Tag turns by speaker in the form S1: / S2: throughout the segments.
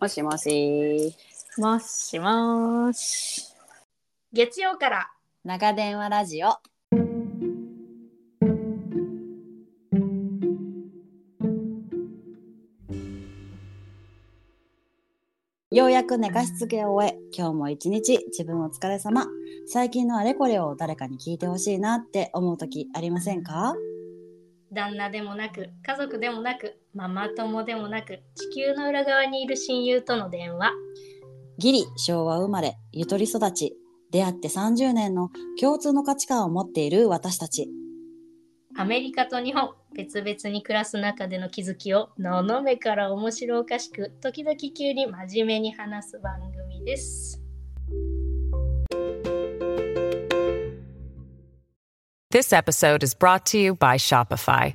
S1: もしもし。
S2: もしもーし。
S3: 月曜から
S1: 長電話ラジオ。ようやく寝かしつけを終え、今日も一日自分お疲れ様。最近のあれこれを誰かに聞いてほしいなって思う時ありませんか
S3: 旦那でもなく家族でもなくママ友でもなく地球の裏側にいる親友との電話
S1: ギリ昭和生まれ、ゆとり育ち、出会って30年の共通の価値観を持っている私たち。
S3: アメリカと日本別々に暮らす中での気づきを斜めから面白おかしく時々急に真面目に話す番組です。
S4: This episode is brought to you by Shopify.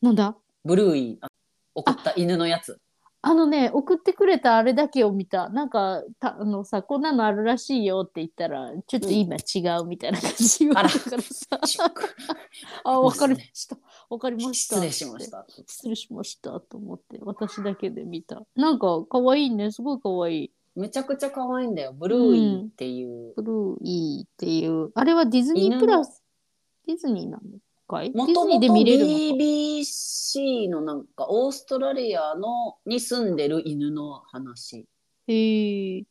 S2: なんだ
S5: ブルーイあ送った犬のやつ
S2: あのね、送ってくれたあれだけを見た。なんか、たあのさ、こんなのあるらしいよって言ったら、ちょっと今違うみたいな感じ言われたからさ。
S5: ショック
S2: あ、わかりました。わかりました。
S5: 失礼しまし。た
S2: 失礼しましたと思って、私だけで見た。なんか、可愛いね。すごい可愛い。
S5: めちゃくちゃ可愛いんだよブルーイっていう、
S2: ブルーイーっていう。あれはディズニープラス。ディズニーなのかいデ
S5: も
S2: ィ
S5: と
S2: ズニ
S5: も
S2: ー
S5: と
S2: で見れるのか。
S5: BBC のなんかオーストラリアのに住んでる犬の話
S2: へえ。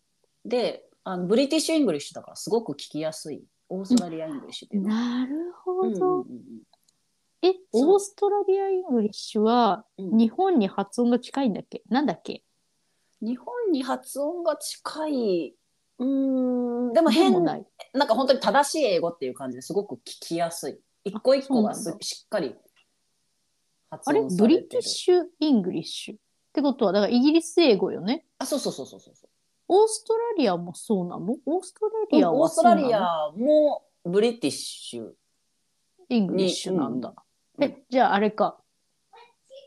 S5: であのブリティッシュ・イングリッシュだからすごく聞きやすいオーストラリア・イングリッシュっていうの
S2: なる
S5: う
S2: ほ
S5: んうん
S2: ど。え、
S5: そう
S2: オーストラリア・イングリッシュは
S5: うんうん
S2: 日本に発音が近いんだっけなんだっけ
S5: 日本に発音が近いうーんでも
S2: で
S5: 変
S2: もない。
S5: なんか本当に正しい英語っていう感じですごく聞きやすい。一個一個が
S2: そう
S5: す
S2: なん
S5: しっかり発
S2: あれ
S5: 音さ
S2: ブ
S5: れ
S2: リ
S5: て
S2: ティ
S5: る
S2: ッ。シュ・イングリッシュ。ってことは、だからイギリス英語よね。
S5: あ、そうそうそうそうそう。
S2: オーストラリアもそうなのオーストラリア
S5: オー
S2: は
S5: スト
S2: そうな
S5: ラ
S2: の
S5: リアもブリティッシュ。
S2: イングリッシュなんだ。
S5: うん
S2: え、じゃああれか。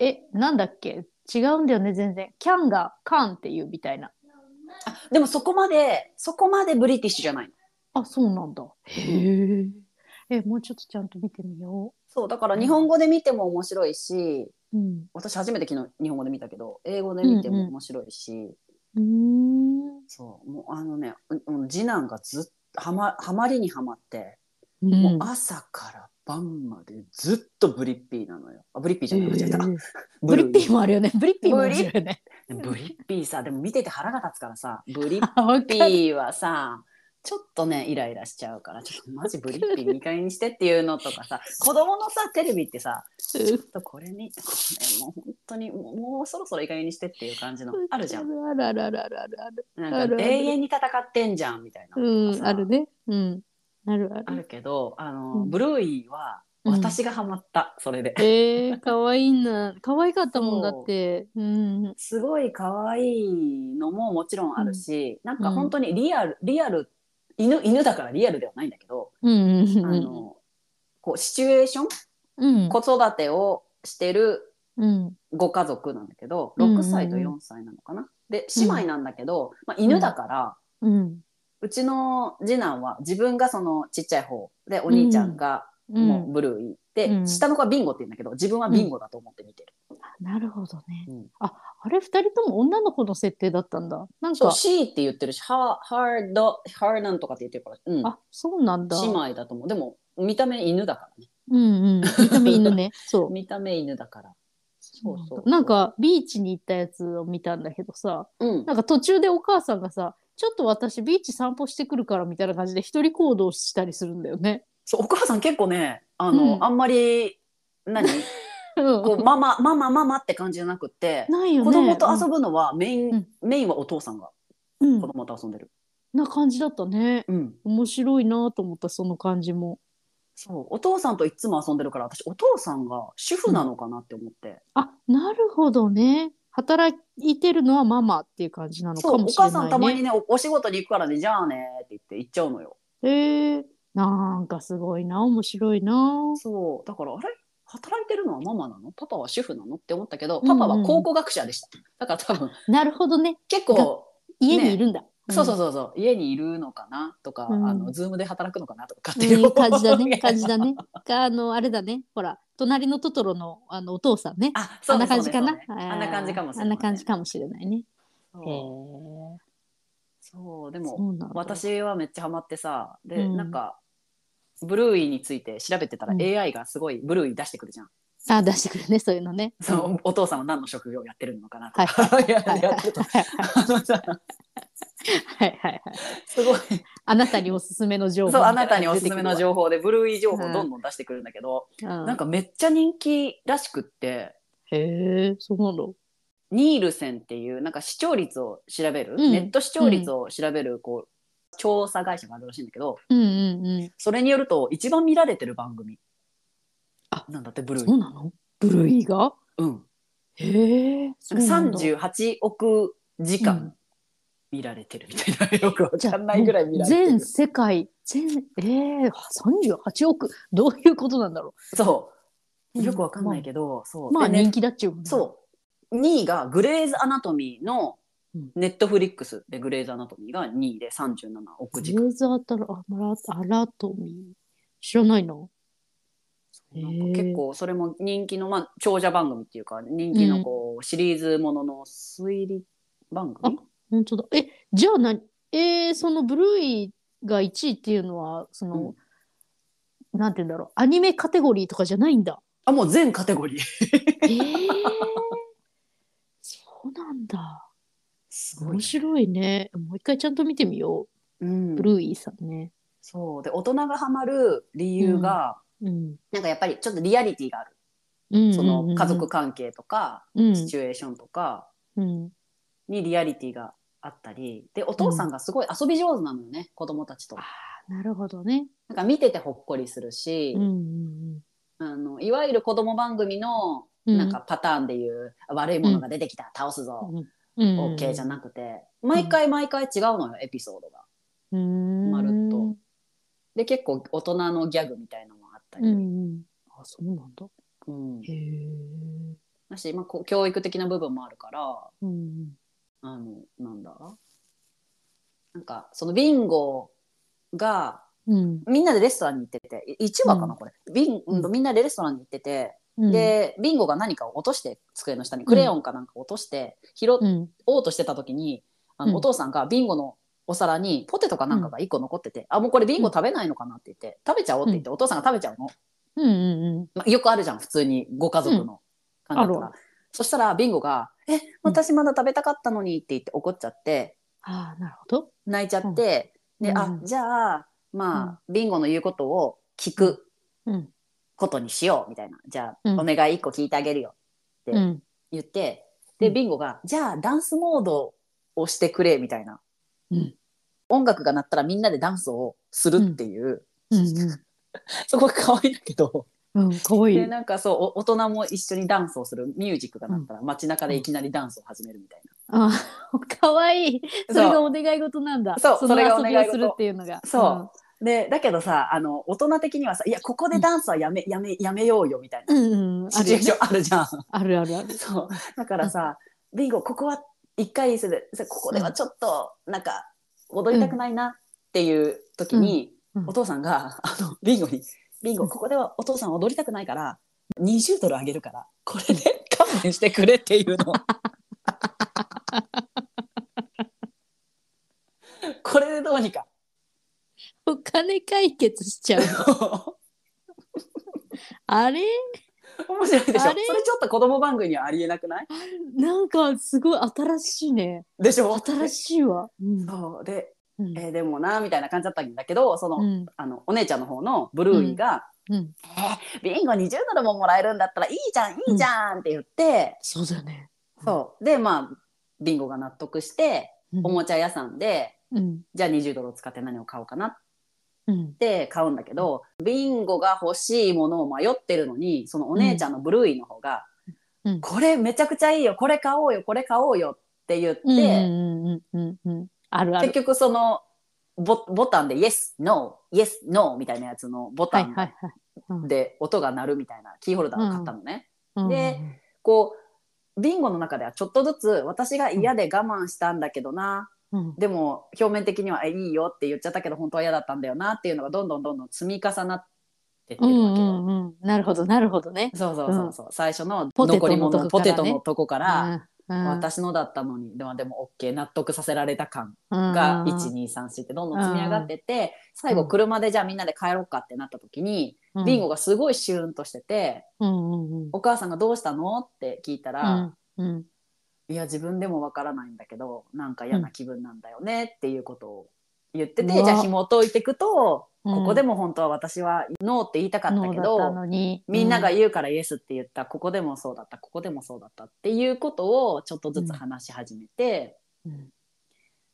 S2: え、なんだっけ違うんだよね、全然。キャンがカンっていうみたいな。
S5: あでもそこまで、そこまでブリティッシュじゃない。
S2: あ、そうなんだ。へえ。え、もうちょっとちゃんと見てみよ
S5: そう、だから日本語で見ても面白いし、
S2: う。うん。
S5: 私初めて昨日日本語で見たけど、英語で見ても面白いし、
S2: うーん。
S5: そう、もうあのね、ううん次男がずっとはま、はまりにはまって、
S2: うん
S5: もう朝から晩までずっとブリッピーなのよ。あ、ブリッピーじゃない、間違えた。
S2: ブリッピー
S5: も
S2: もあるよね。ブリッピーもあるよね。
S5: ブリッピーさでも見てて腹が立つからさブリッ
S2: あ、わ
S5: ピ
S2: かる。
S5: ーはさちょっとねイライラしちゃうからちょっとマジブリッピー2回にしてっていうのとか さ子供のさテレビってさちょっとこれにこれもう本当にもうもうそろそろいい加減にしてっていう感じのあるじゃん。
S2: あるあるあるあるあるある。
S5: な
S2: あ
S5: んか
S2: るある
S5: 永遠に戦ってんじゃんみたいなの
S2: う
S5: とか
S2: ん、
S5: さ
S2: あるね。うん。あるあ
S5: あ
S2: る。
S5: るけどあの、
S2: うん
S5: ブルーイは私がハマった、それで。
S2: えー、かわいいな。かわいかったもんだ
S5: そう
S2: って。うん。
S5: すごい可愛いのももちろんあるし、なんか本当にリアル、リアル、犬、犬だからリアルではないんだけど、
S2: うん。
S5: あの、こう、シチュエーション、
S2: うん。
S5: 子育てをしてる
S2: うん。
S5: ご家族なんだけど、
S2: うんうんうん
S5: 6歳と4歳なのかな。で、姉妹なんだけど、まあ、犬だから、
S2: うん。
S5: うちの次男は自分がそのちっちゃい方で、お兄ちゃんが
S2: う。
S5: もうんブルーイで、
S2: うん
S5: 下の子はビンゴって言うんだけど、自分はビンゴだと思って見てる。
S2: なるほどね
S5: うん。
S2: あ、あれ二人とも女の子の設定だったんだ。なん
S5: そう、
S2: か、
S5: C って言ってるし、ハー、ハード、ハーなんとかって言ってるから、うん。
S2: あ、そうなんだ。
S5: 姉妹だと思う。でも、見た目犬だからね。
S2: うんうん。見た目犬 ね。そう。
S5: 見た目犬だから。そうそう。
S2: なん、かビーチに行ったやつを見たんだけどさ
S5: うん。
S2: なんか途中でお母さんがさちょっと私ビーチ散歩してくるからみたいな感じで一人行動したりするんだよね。
S5: そう、お母さん結構ね、あの、
S2: うん
S5: あんまり、何こ
S2: う
S5: う、ママ、ママ、ママって感じじゃなくて
S2: ん、ないよね。
S5: 子供と遊
S2: ぶ、
S5: ぶのはメイン、
S2: うん
S5: メインはお父さんが
S2: うん
S5: 子供と遊んでる。
S2: な感じだったね。
S5: うん。
S2: 面白いなと思ったその感じも。
S5: そう。お父さんといつも遊んでるから、私、お父さんが主婦なのかなって思って。
S2: あなるほどね。働いてるのはママっていう感じなの
S5: そ
S2: か
S5: う、
S2: も
S5: お
S2: しれ
S5: 母さん
S2: な
S5: た
S2: い
S5: ま
S2: ね
S5: に。ねお、お仕事に行くからね、じゃあねって言って行っちゃうのよ。
S2: へえなんかすごいな面白いな。
S5: そう、だからあれ働いてるのはママなのパパは主婦なのって思ったけど、
S2: うんう
S5: パ
S2: ん
S5: パは考古学者でした。だから 多分、
S2: なるほどね
S5: 結構、
S2: 家にいるんだ。
S5: そうそうそうそう、家にいるのかなとか、
S2: うん
S5: あの、ズームで働くのかなとか、
S2: うん。
S5: 勝手に
S2: うん感じだね感じ
S5: だ。
S2: だね。かあのあれだねほら隣のトトロのあのお父さんね。
S5: あ、そ
S2: あ
S5: うんね
S2: な感じかな
S5: そうね。あんな感じかもしれない。
S2: あんな感じかもしれないね。
S5: そ
S2: へえ
S5: う。そう、でも、
S2: そうなんだ。
S5: 私はめっちゃハマってさで、
S2: うん
S5: なんかブルーイについて調べてたら
S2: うん
S5: AI がすごいブルーイ出してくるじゃん、
S2: あ出してくるねそういうのね。
S5: そ
S2: うん
S5: のお父さんは何の職業をやってるのかなとか、 いや
S2: はい
S5: やってるとあのさ
S2: はいはいはい。
S5: すごい
S2: あなたにおすすめの情報。
S5: そうあなたにおすすめの情報でブルーイ情報どんどん出してくるんだけど、
S2: 報。な
S5: なんかめっちゃ人気らしくって
S2: へえ、そうなの。
S5: ニールセンっていうなんか視聴率を調べる、
S2: うん
S5: ネット視聴率を調べるこう調査会社があるらしいんだけど
S2: うんうんうん。
S5: それによると一番見られてる番組
S2: あ
S5: なんだってブルーイ
S2: そうなのブルーイが
S5: うん、
S2: へえ、
S5: なん
S2: だ
S5: か38億時
S2: うん
S5: 間見られてるみたいな、よくわかんないぐらい見られてる
S2: 全。世界、全、ええー、38億、 どういうことなんだろ
S5: そう
S2: う。
S5: よくわかんないけど、そう。
S2: まあ、まあ
S5: でね
S2: 人気だっちゅうもんね
S5: そう。2位がグレーズ・アナトミーの
S2: うん
S5: ネットフリックスでグレーズ・アナトミーが2位で37億時
S2: グ
S5: 間。
S2: レーズアタラアラアラトミー。知らないな。へ
S5: な
S2: ー
S5: んか結構それも人気の、まあ、長者番組っていうか人気のこう、シリーズものの推理番組
S2: 本当だ。え、じゃあな、えー、そのブルーイが1位っていうのは、その、なんて言うんだろう、アニメカテゴリーとかじゃない んだ。
S5: あもう全カテゴリー
S2: えー、そうなんだ。
S5: す
S2: 面白いね。もう一回ちゃんと見てみよ
S5: う
S2: う。
S5: ん
S2: ブ、ルーイさんね。
S5: そうで大人がハマる理由が、
S2: うん。
S5: なんかやっぱりちょっとリアリティがある。
S2: うん
S5: その家族、関係とか、
S2: うん
S5: シチュエーションとか
S2: うん、
S5: にリアリティがあったり、で、お父さんがすごい遊び上手なのよね、子供たちと
S2: あ。あなるほどね。
S5: なんか見ててほっこりするし
S2: うん、うん
S5: あの、いわゆる子供番組の、
S2: うん。
S5: なんかパターンでいう、悪いものが出てきた、倒すぞ、
S2: うん、うん、
S5: OK じゃ
S2: な
S5: なくて、毎回毎回違うのよ、エピソードが。
S2: ま
S5: まるっとで、結構大人のギャグみたいのもあった
S2: う
S5: り、
S2: んうん。あ、そうなんだ。
S5: うん
S2: へえ。
S5: だし、まあこう、教育的な部分もあるから、
S2: うん。
S5: あの、なんだなんか、そのビンゴが、
S2: うん。
S5: みんなでレストランに行ってて、1話か
S2: う
S5: な、これ。ビン、
S2: うん
S5: みんなでレストランに行ってて、
S2: うん、
S5: で、ビンゴが何かを落として、机の下にクレヨンかなんか落として、拾
S2: うん。
S5: おうとしてた時に、あの
S2: うん
S5: お父さんがビンゴのお皿にポテトかなんかが1個残ってて、あ、もうこれビンゴ食べないのかなって言って、食べちゃおうって言って、お父さんが食べちゃうの。
S2: うんうんうん。
S5: まあ、よくあるじゃん、普通にご家族の感じだった
S2: あ
S5: ら。そしたら、ビンゴが、え、私まだ食べたかったのにって言って怒っちゃって、
S2: ああ、なるほど。
S5: 泣いちゃって、
S2: うん
S5: で、
S2: うん
S5: あじゃあまあ、ビンゴの言うことを聞く
S2: うん。
S5: ことにしようみたいなじゃあ、
S2: うん
S5: お願い一個聞いてあげるよで
S2: うん。
S5: 言って
S2: う
S5: で
S2: ん
S5: ビンゴが、じゃあダンスモードをしてくれみたいな、
S2: うん
S5: 音楽が鳴ったらみんなでダンスをするっていう、
S2: うん。
S5: そこが可愛いんだけど、
S2: うん。かわいい。
S5: でなんかそうお大人も一緒にダンスをするミュージックが鳴ったら街中でいきなりダンスを始めるみたいな。
S2: ああ、かわいい。それ
S5: そう
S2: がお願い事なんだ。
S5: そう
S2: の
S5: それがお
S2: 遊
S5: 願い
S2: び
S5: 事
S2: をするっていうのが。
S5: そでだけどさあの大人的にはさ「いやここでダンスはやめ、やめやめようよ」みたいな
S2: うん。うんうん。あ
S5: シ
S2: る
S5: チュエ
S2: よ
S5: ーション
S2: ね
S5: あるじゃん。
S2: あるあるあ る。
S5: そう。だからさ、ビンゴ、ここは一回でする。さここではちょっと、なんか、踊りたくないなっていう時に、
S2: うんうん
S5: お父さんが、あの、ビンゴに、ビンゴ、ここではお父さん踊りたくないから、20ドルあげるから、これで勘弁してくれっていうの。 これでどうにか。
S2: お金解決しちゃう。あれ
S5: 面白いでしょ。
S2: あ
S5: そ
S2: れ
S5: れちょっと子供番組にはありえなくない
S2: なんかすごい新しいね。
S5: でしょ
S2: 新しいわ。うん。
S5: そう。で、
S2: うん
S5: えーでもな、みたいな感じだったんだけど、その、
S2: うん。
S5: あのお姉ちゃんの方のブルーイが、
S2: うん。
S5: ビンゴ20ドルももらえるんだったらいいじゃんいいじゃんって言って、
S2: そうだね。
S5: そうでまあビンゴが納得して
S2: うん
S5: おもちゃ屋さんで、
S2: うん。
S5: じゃあ20ドルを使って何を買おうかなっ
S2: うん。
S5: て買うんだけどビンゴが欲しいものを迷ってるのにそのお姉ちゃんのブルーイの方が、
S2: うん
S5: これめちゃくちゃいいよこれ買おうよこれ買おうよって言って、
S2: うんうんうんうんうんあるあ
S5: 結
S2: る。
S5: 局そのボボタンで Yes, No, Yes, No みたいなやつのボ
S2: は
S5: タ
S2: い
S5: ン
S2: はいはいうん
S5: で音が鳴るみたいなキーホルダーを買ったのね。
S2: うん。
S5: でこうビンゴの中ではちょっとずつ私が嫌で我慢したんだけどな、
S2: うん
S5: でも表面的にはえいいよって言っちゃったけど本当は嫌だったんだよなっていうのがどんどんどんどん積み重なってって
S2: う
S5: るわ
S2: ん
S5: け
S2: う
S5: よ。
S2: んうん。なるほどなるほどね。
S5: そうそうそうそう、最初の
S2: ポテ
S5: 残
S2: ト
S5: り
S2: の
S5: 物
S2: と
S5: の
S2: こ
S5: ポ
S2: からね
S5: テトのとこから
S2: うん
S5: 私のだったのに、でもでも OK 納得させられた感
S2: うん
S5: が1234ってどんどん積み上がってって最後車でじゃあみんなで帰ろうかってなった時に、
S2: うん
S5: ビンゴがすごいシューンとしてて
S2: うんうんうん
S5: 「お母さんがどうしたの?」って聞いたら「
S2: うんうん
S5: いや自分でもわからないんだけどなんか嫌な気分なんだよね」っていうことを言ってて、
S2: うわ
S5: じゃあ紐解いていくと、
S2: うん
S5: ここでも本当は私は「ノー」って言いたかったけど。
S2: ノーだったのに
S5: みんなが言うからイエスって言った、ここでもそうだったここでもそうだったっていうことをちょっとずつ話し始めて、
S2: うん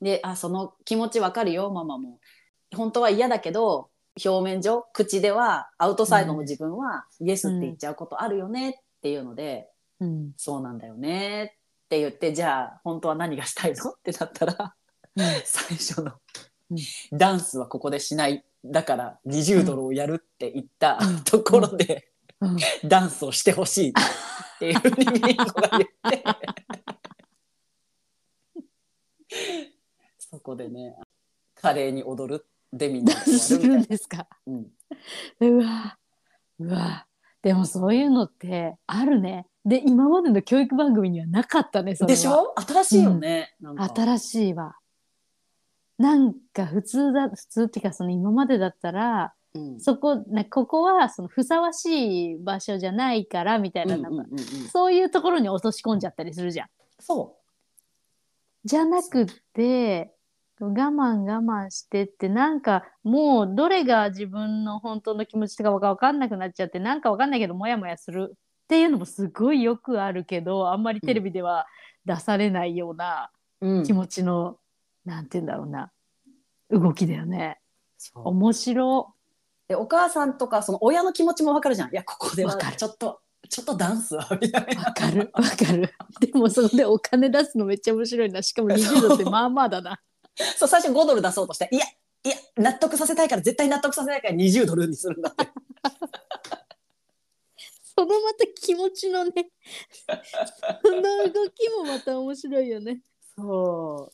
S5: であその気持ちわかるよママも本当は嫌だけど表面上口ではアウトサイドの自分はイエスって言っちゃうことあるよねっていうので、
S2: うん
S5: そうなんだよねって言ってじゃあ本当は何がしたいのってなったら
S2: うん
S5: 最初の、
S2: うん
S5: ダンスはここでしないだから20ドルをやるって言ったところで、
S2: うん
S5: ダンスをしてほしいっていうふうにミンコが言 ってそこでね華麗に踊るでみんなが終
S2: す
S5: わる
S2: る
S5: み
S2: ん
S5: たい
S2: ですか
S5: な、うん、
S2: うわうわでもそういうのってあるねで今までの教育番組にはなかったねそれ
S5: で
S2: は
S5: しょ新しいよね、なんか
S2: 新しいわなんか普通だ普通っていうかその今までだったら
S5: うん
S2: そこなここはそのふさわしい場所じゃないからみたいな,、
S5: うんうんう
S2: な
S5: ん
S2: か
S5: んうん
S2: そういうところに落とし込んじゃったりするじゃん
S5: そ
S2: じゃなくって我慢我慢してってなんかもうどれが自分の本当の気持ちとかわかんなくなっちゃってなんかわかんないけどモヤモヤするっていうのもすごいよくあるけどあんまりテレビでは出されないような
S5: う、うん
S2: 気持ちの、なんて言うんだろうな動きだよね
S5: そう
S2: 面白
S5: でお母さんとかその親の気持ちもわかるじゃんいやここでは
S2: わかる
S5: ちょっとちょっとダンスはみたいな
S2: わかるわかるでもそこでお金出すのめっちゃ面白いなしかも20ドルってまあまあ だな
S5: そう最初5ドル出そうとしていやいや納得させたいから絶対納得させないから20ドルにするんだって
S2: そのまた気持ちのねその動きもまた面白いよね。
S5: そ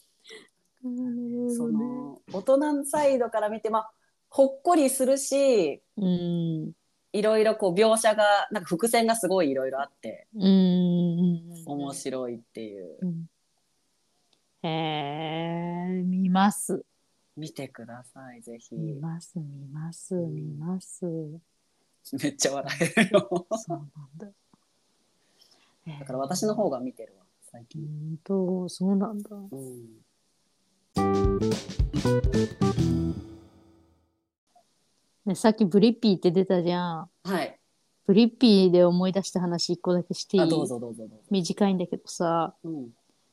S5: うそ
S2: ん
S5: の大人サイドから見てまあほっこりするし
S2: うん
S5: いろいろこう描写がなんか伏線がすごいいろいろあって
S2: うん
S5: 面白いっていう、
S2: うんへえ見ます
S5: 見てくださいぜひ
S2: 見ます見ます
S5: うん
S2: 見ます。
S5: めっちゃ笑えるよ
S2: そうなんだ。
S5: だから私の方が見てるわ最
S2: う
S5: 近、
S2: んとそうなんだ。
S5: うん、
S2: ねさっきブリッピーって出たじゃん。
S5: はい
S2: ブリッピーで思い出した話一個だけしていい
S5: あどうぞどうぞどうぞ、
S2: 短いんだけどさ
S5: うん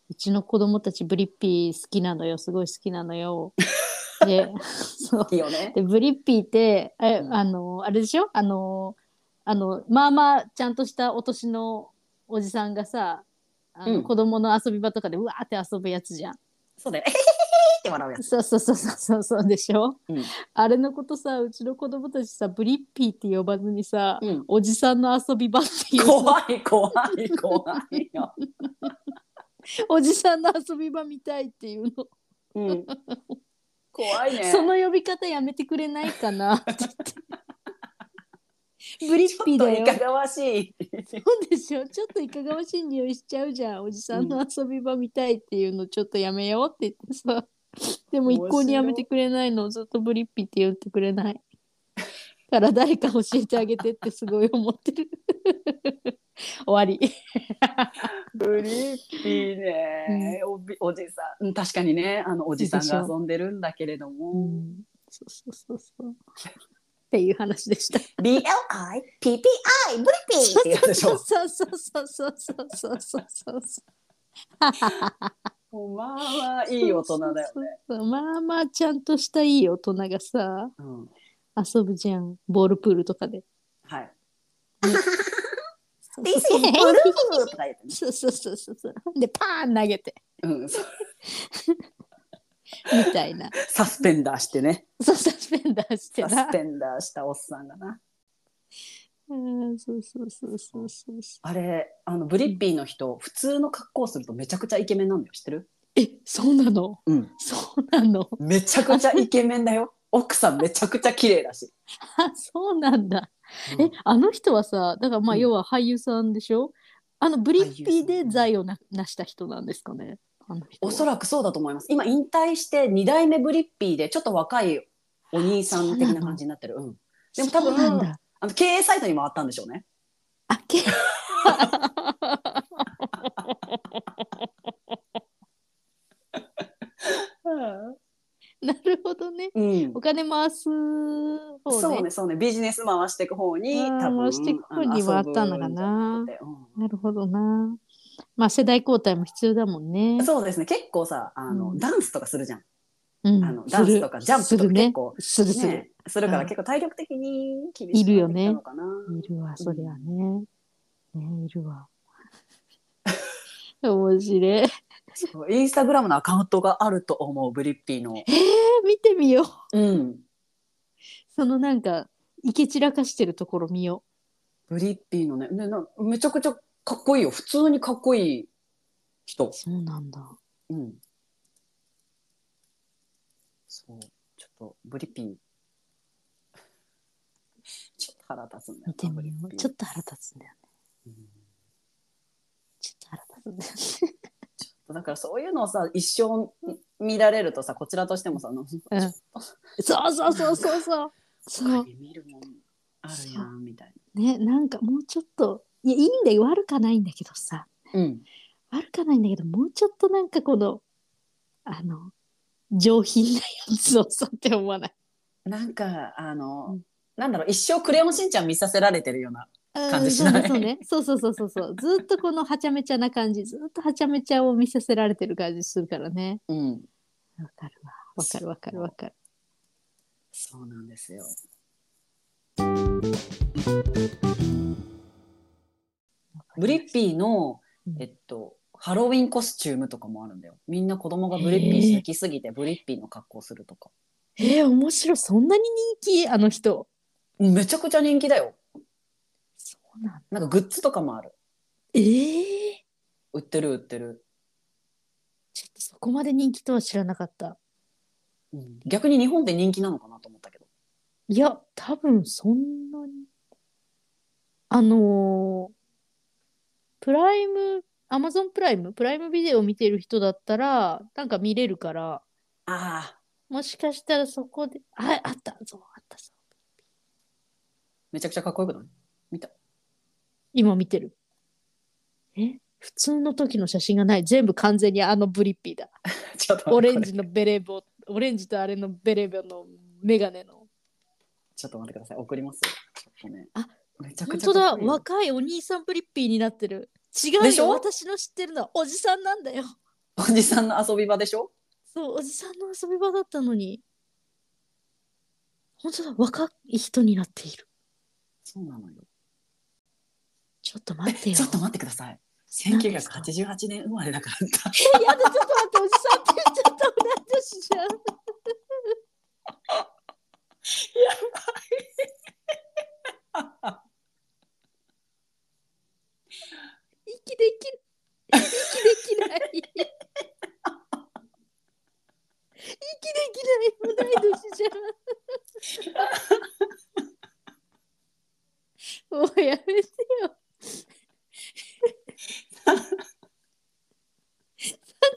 S2: うちの子供たちブリッピー好きなのよすごい好きな のよ。でそう
S5: いいよね。
S2: でブリッピーってえ、
S5: うん
S2: あのあれでしょあのあのまあまあちゃんとしたお年のおじさんがさあの、
S5: うん
S2: 子供の遊び場とかでうわーって遊ぶやつじゃん。
S5: そうだよ。えへへへへ って笑う やつ。
S2: そうそうそうそうそうそうでしょ、
S5: うん
S2: あれのことさうちの子供たちさブリッピーって呼ばずにさ、
S5: うん
S2: おじさんの遊び場っていう
S5: 怖い怖い怖いよ。
S2: おじさんの遊び場みたいっていうの
S5: うん。怖いね。
S2: その呼び方やめてくれないかなって 言って。ブリ
S5: ち
S2: ッ
S5: ょ
S2: ピ
S5: っ
S2: ーだ
S5: とい
S2: よ。
S5: かがわしい。
S2: そうでしょちょっといかがわしい匂いしちゃうじゃん。おじさんの遊び場みたいっていうのちょっとやめようって言って さ。でも一向にやめてくれないの。ずっとブリッピーって言ってくれ ない。から誰か教えてあげてってすごい思ってる。 終わり。
S5: ブリッピーね。おびおじさんうん。確かにね、あのおじさんが遊んでるんだけれども。
S2: そうそうそうそう。っていう話で した。
S5: B L I P P I ブリッピーってやつでし
S2: そう
S5: ょ。
S2: そうそうそうそうそうそうそうそう
S5: もうまあまあいい大人だよね。
S2: そうそうまあまあちゃんとしたいい大人がさ
S5: うん。
S2: 遊ぶじゃんボールプールとかで
S5: はい。
S2: そう
S5: リスブルーとか言ってね。
S2: そうそうそうそうそう。で、パーン投げて、
S5: うん、そう
S2: みたいな。
S5: サスペンダーしてね。
S2: そう、サスペンダーして
S5: サス
S2: な。
S5: ペンダーしたおっさんがな。
S2: うん、そうそうそうそうそうそう。
S5: あれ、あのブリッピーの人、普通の格好するとめちゃくちゃイケメンなんだよ。知ってる？
S2: え、そうなの
S5: うん。
S2: そうなの
S5: めちゃくちゃイケメンだよ。 奥さんめちゃくちゃ綺麗だし。
S2: あ、そうなんだ。
S5: う
S2: え
S5: ん、
S2: あの人はさ、だからまあ、
S5: うん
S2: 要は俳優さんでしょあの、ブリッピーで財をな成した人なんですかねあの人
S5: お
S2: は
S5: そらくそうだと思います。今引退して二代目ブリッピーでちょっと若いお兄さん的な感じになってる。うん。でも多分
S2: そうなんだ。
S5: あの経営サイトに回ったんでしょうね。
S2: あけ なるほどね。
S5: うん
S2: お。金回す方ね。
S5: そうね、そうね、ビジネス回していく方に、
S2: あー
S5: 多分
S2: 回していく方に回ったのか
S5: 遊ぶん
S2: な
S5: じゃくてうん
S2: なるほどな。まあ世代交代も必要だもんね。
S5: そうですね、結構さ、あの、
S2: うん
S5: ダンスとかするじゃん。
S2: うん
S5: あのダンスとかジャンプとか結構
S2: するねするする。
S5: ね、するか
S2: う
S5: ら
S2: ん
S5: 結構体力的に厳し
S2: いるよ
S5: く
S2: ね
S5: なってきたのかな。
S2: いるわ、そりゃね。ね、いる わ。面白い。 えー、
S5: そうインスタグラムのアカウントがあると思う、ブリッピーの。
S2: 見てみよう。
S5: うん。
S2: そのなんか、いけ散らかしてるところ見よ
S5: ブリッピーのね、ねなめちゃくちゃかっこいいよ。普通にかっこいい人
S2: う。。そうなんだ。
S5: うん。そう。ちょっと、ブリッピー。 ちょっと腹立つんだよな。
S2: 見て
S5: ブリ
S2: みよ
S5: ッピ
S2: う。
S5: ー
S2: ちょっと腹立つんだよね。
S5: うん
S2: ちょっと腹立 つんだよね。
S5: だからそういうのをさ一生見られるとさこちらとしてもさ、あの
S2: うん
S5: ちょっと
S2: そうそうそうそうそう。そ
S5: 他
S2: う。
S5: に見るもんあるやんみたい
S2: ね、なんかもうちょっと、いや、いいんだよ。悪かないんだけどさ。
S5: な、うん、
S2: 悪かないんだけどもうちょっとなんかこのあの上品なやつをさって思わない
S5: なんかあの、
S2: うん
S5: なんだろう一生クレヨンしんちゃん見させられてるような感じしない
S2: そうねそうねそうそうそうそうそうずっとこのはちゃめちゃな感じずっとはちゃめちゃを見させられてる感じするからね
S5: うん
S2: わかるわわかるわかるわかる
S5: そうなんですよブリッピーの
S2: うん
S5: えっとハロウィンコスチュームとかもあるんだよみんな子供がブリッピー好きすぎてブリッピーの格好するとか、
S2: えー、面白いそんなに人気あの人
S5: めちゃくちゃ人気だよ
S2: そうなんだ
S5: なんかグッズとかもある
S2: えー、
S5: 売ってる売ってる
S2: ちょっとそこまで人気とは知らなかった
S5: 逆に日本で人気なのかなと思ったけど。
S2: いや多分そんなにあのープライムアマゾンプライムプライムビデオ見てる人だったらなんか見れるから
S5: ああ、
S2: もしかしたらそこでああったぞあったぞ
S5: めちゃくちゃかっこよくない
S2: 今見てるえ普通の時の写真がない全部完全にあのブリッピーだ
S5: ちょっと
S2: オ
S5: 待っ
S2: レ
S5: て
S2: ンジのベレー帽オレンジとあれのベレー帽のメガネの
S5: ちょっと待ってください。送りますよ。ちょっとね。
S2: あ、
S5: めちゃく
S2: 本
S5: ちゃ
S2: 当だ
S5: かっこいいよ
S2: 若いお兄さんブリッピーになってる違
S5: で
S2: う
S5: し
S2: よ
S5: ょ
S2: 私の知ってるのはおじさんなんだよ
S5: おじさんの遊び場でしょ
S2: そう、おじさんの遊び場だったのに。本当だ、若い人になっている。
S5: そうなのよ。
S2: ちょっと待 ってよ。
S5: ちょっと待ってください。1988年生まれだからだ。
S2: え、やだ、ちょっと待って、おじさんって言っちゃった、同い年じゃん。息できる。息できない。息できない。同い年じゃん。もうやめてよ。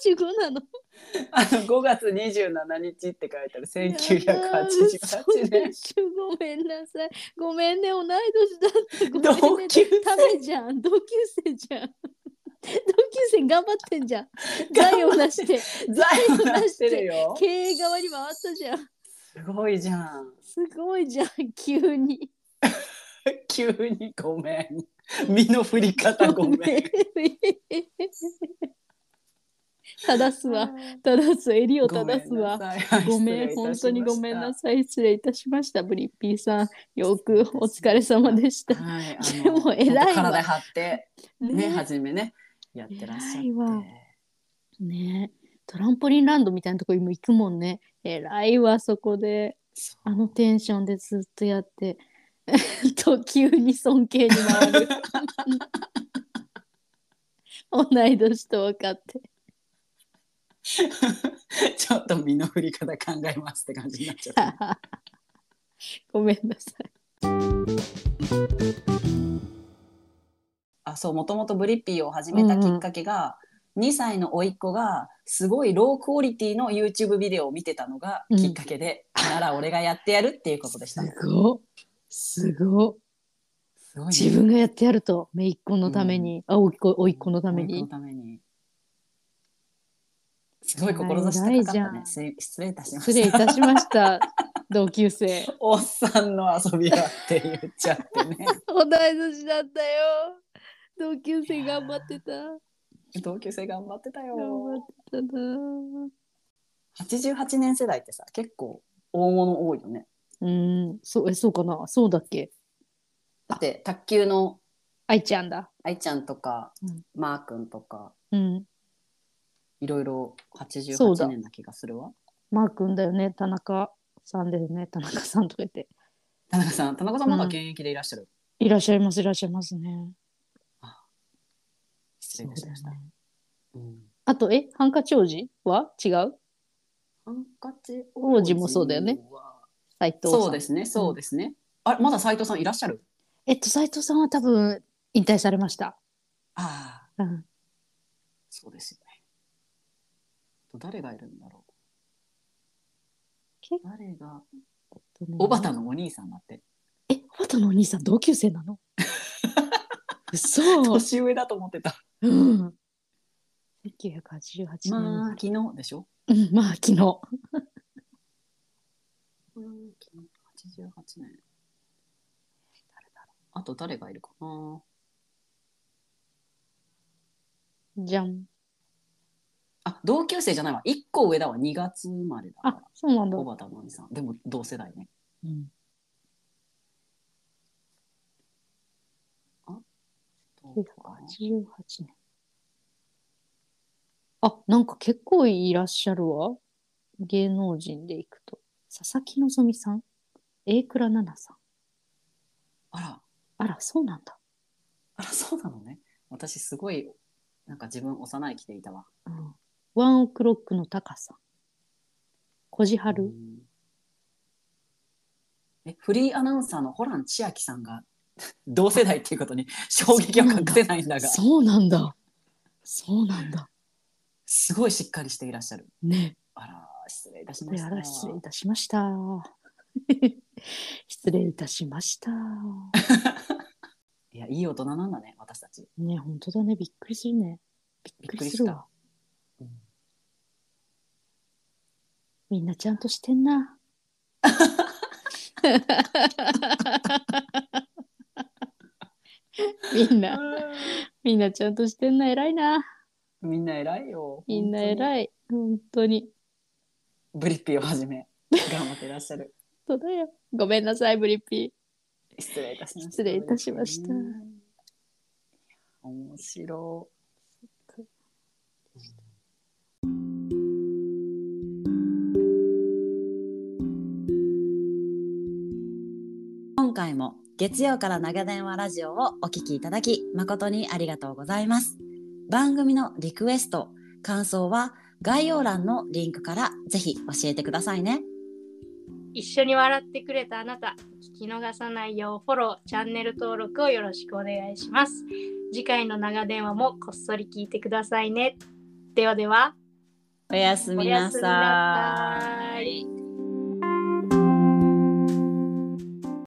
S2: 35なの。
S5: あの5月27日って書いてある1988
S2: やだ
S5: 年。
S2: 嘘ごめんなさい。ごめんね、同い年だって。ごめんね
S5: 同級生
S2: ダメじゃん。同級生じゃん。同級生頑張ってんじゃん。財を出して、
S5: 財を成してるよ。
S2: 経営側に回ったじゃん。
S5: すごいじゃん。
S2: すごいじゃん、急に。
S5: 急にごめ ん。身の振り方ごめん。
S2: ん。正すわ。正す。襟を正すわ。ご
S5: ご
S2: めん、本当にごめんなさい。失礼いたしました、ブリッピーさん。よくお疲れ様でした。
S5: はい、あの
S2: でも偉いわ
S5: ちゃんと体張ってね、
S2: ね
S5: 初めね、やってらっしゃっ
S2: 偉いわ
S5: て。
S2: ねトランポリンランドみたいなとこ今行くもんね。偉いわ、そこで。あのテンションでずっとやって。 と急に尊敬に回る。 同い年と分かって。
S5: ちょっと身の振り方考えますって感じになっ ちゃった。
S2: ごめんなさい。
S5: あ、そう、もともとブリッピーを始めたきっかけが、2歳の甥っ子がすごいロークオリティの YouTube ビデオを見てたのがきっかけで、なら俺がやってやるっていうことでした。す
S2: すごっすごっ
S5: ごいね
S2: 自分がやってやると、姪っ子のために、あ、おいっ子、おいっ子のため
S5: 甥っ
S2: に
S5: 子。のためにすごい志高かったね。すい失礼いたしま
S2: 失
S5: し
S2: 礼
S5: た
S2: い。たしました。同級生。
S5: おっさんの遊びだって言っちゃってね。
S2: 同い年だったよ。同級生頑張ってた。
S5: 同級生頑張ってた
S2: 頑張っ
S5: よ。
S2: てたな。
S5: 88年世代ってさ、結構大物多いよね。
S2: うん、そう、え、そうかな。そうだっけ。
S5: だって卓球の
S2: 愛ちゃんだ。
S5: 愛ちゃんとか、
S2: うん
S5: マー君とか、
S2: うん。
S5: いろいろ
S2: そうだ
S5: 88年な気がするわ。
S2: マー君だよね。田中さんだよね。田中さんとか言って。
S5: 田中さん、田中さんまだ現役でいらっしゃる。
S2: いらっしゃいます。いらっしゃいますね。
S5: 失礼いたしました。
S2: そうだよ
S5: うん
S2: あと、え、ハンカチ王子は違う。
S5: ハンカチ
S2: 王子もそうだよね
S5: は。
S2: 斉藤さん。
S5: そうですね、そうですね。あれ、まだ斉藤さんいらっしゃる
S2: えっと、斉藤さんは多分引退されました。
S5: ああ、
S2: うん。
S5: そうですよね。誰がいるんだろ
S2: 結
S5: う。誰が。
S2: 構ね
S5: 小畑のお兄さんだって。
S2: え、小畑のお兄さん同級生 なの嘘。
S5: 年上だと思ってた。
S2: うん。1988年。
S5: まあ、昨日でしょ。
S2: うん、まあ、昨日。
S5: うん、昨日88年。誰だろう。あと誰がいるかな。
S2: じゃん。
S5: あ、同級生じゃないわ。一個上だわ。2月生まれだか
S2: あ
S5: ら。、
S2: そうなんだ
S5: 小。畑のお兄さん。でも同世代ね。
S2: うん
S5: どうかな
S2: 1988年。あ、なんか結構いらっしゃるわ。芸能人でいくと。佐々木希さん ?A 倉奈々さん。
S5: あら、
S2: あら、そうなんだ。
S5: あら、そうなのね。私すごい、なんか自分幼い来ていたわ。
S2: うん。ワンオクロックのタカさん。小路春。
S5: うんえフリーアナウンサーのホラン千秋さんが 同世代っていうことに衝撃は隠せないんだが
S2: そうなんだ。そうなんだ。
S5: すごいしっかりしていらっしゃる
S2: ね。
S5: あら失礼いたし
S2: そ
S5: ま
S2: れ
S5: し
S2: あ
S5: た
S2: ら失礼いたしま した。失礼いたしました。
S5: いやいい大人なんだね私たち
S2: ね、本当だね。びっくりするね。びっくりするわ。
S5: びっくりした
S2: みんなちゃんとしてんな。 みんな、みんなちゃんとしてんな。偉いな。
S5: みんな偉いよ
S2: みんな
S5: 本
S2: 偉い。本当に。
S5: 当にブリッピーをはじめ頑張っていらっしゃる
S2: そうだよ。ごめんなさい、ブリッピ
S5: 失礼いたしました
S2: 失礼いたしました
S5: うん面白い
S1: 今回も月曜から長電話ラジオをお聞きいただき誠にありがとうございます。番組のリクエスト、感想は概要欄のリンクからぜひ教えてくださいね。
S3: 一緒に笑ってくれたあなた、聞き逃さないようフォロー、チャンネル登録をよろしくお願いします。次回の長電話もこっそり聞いてくださいね。ではでは、
S1: おやすみなさ
S3: い。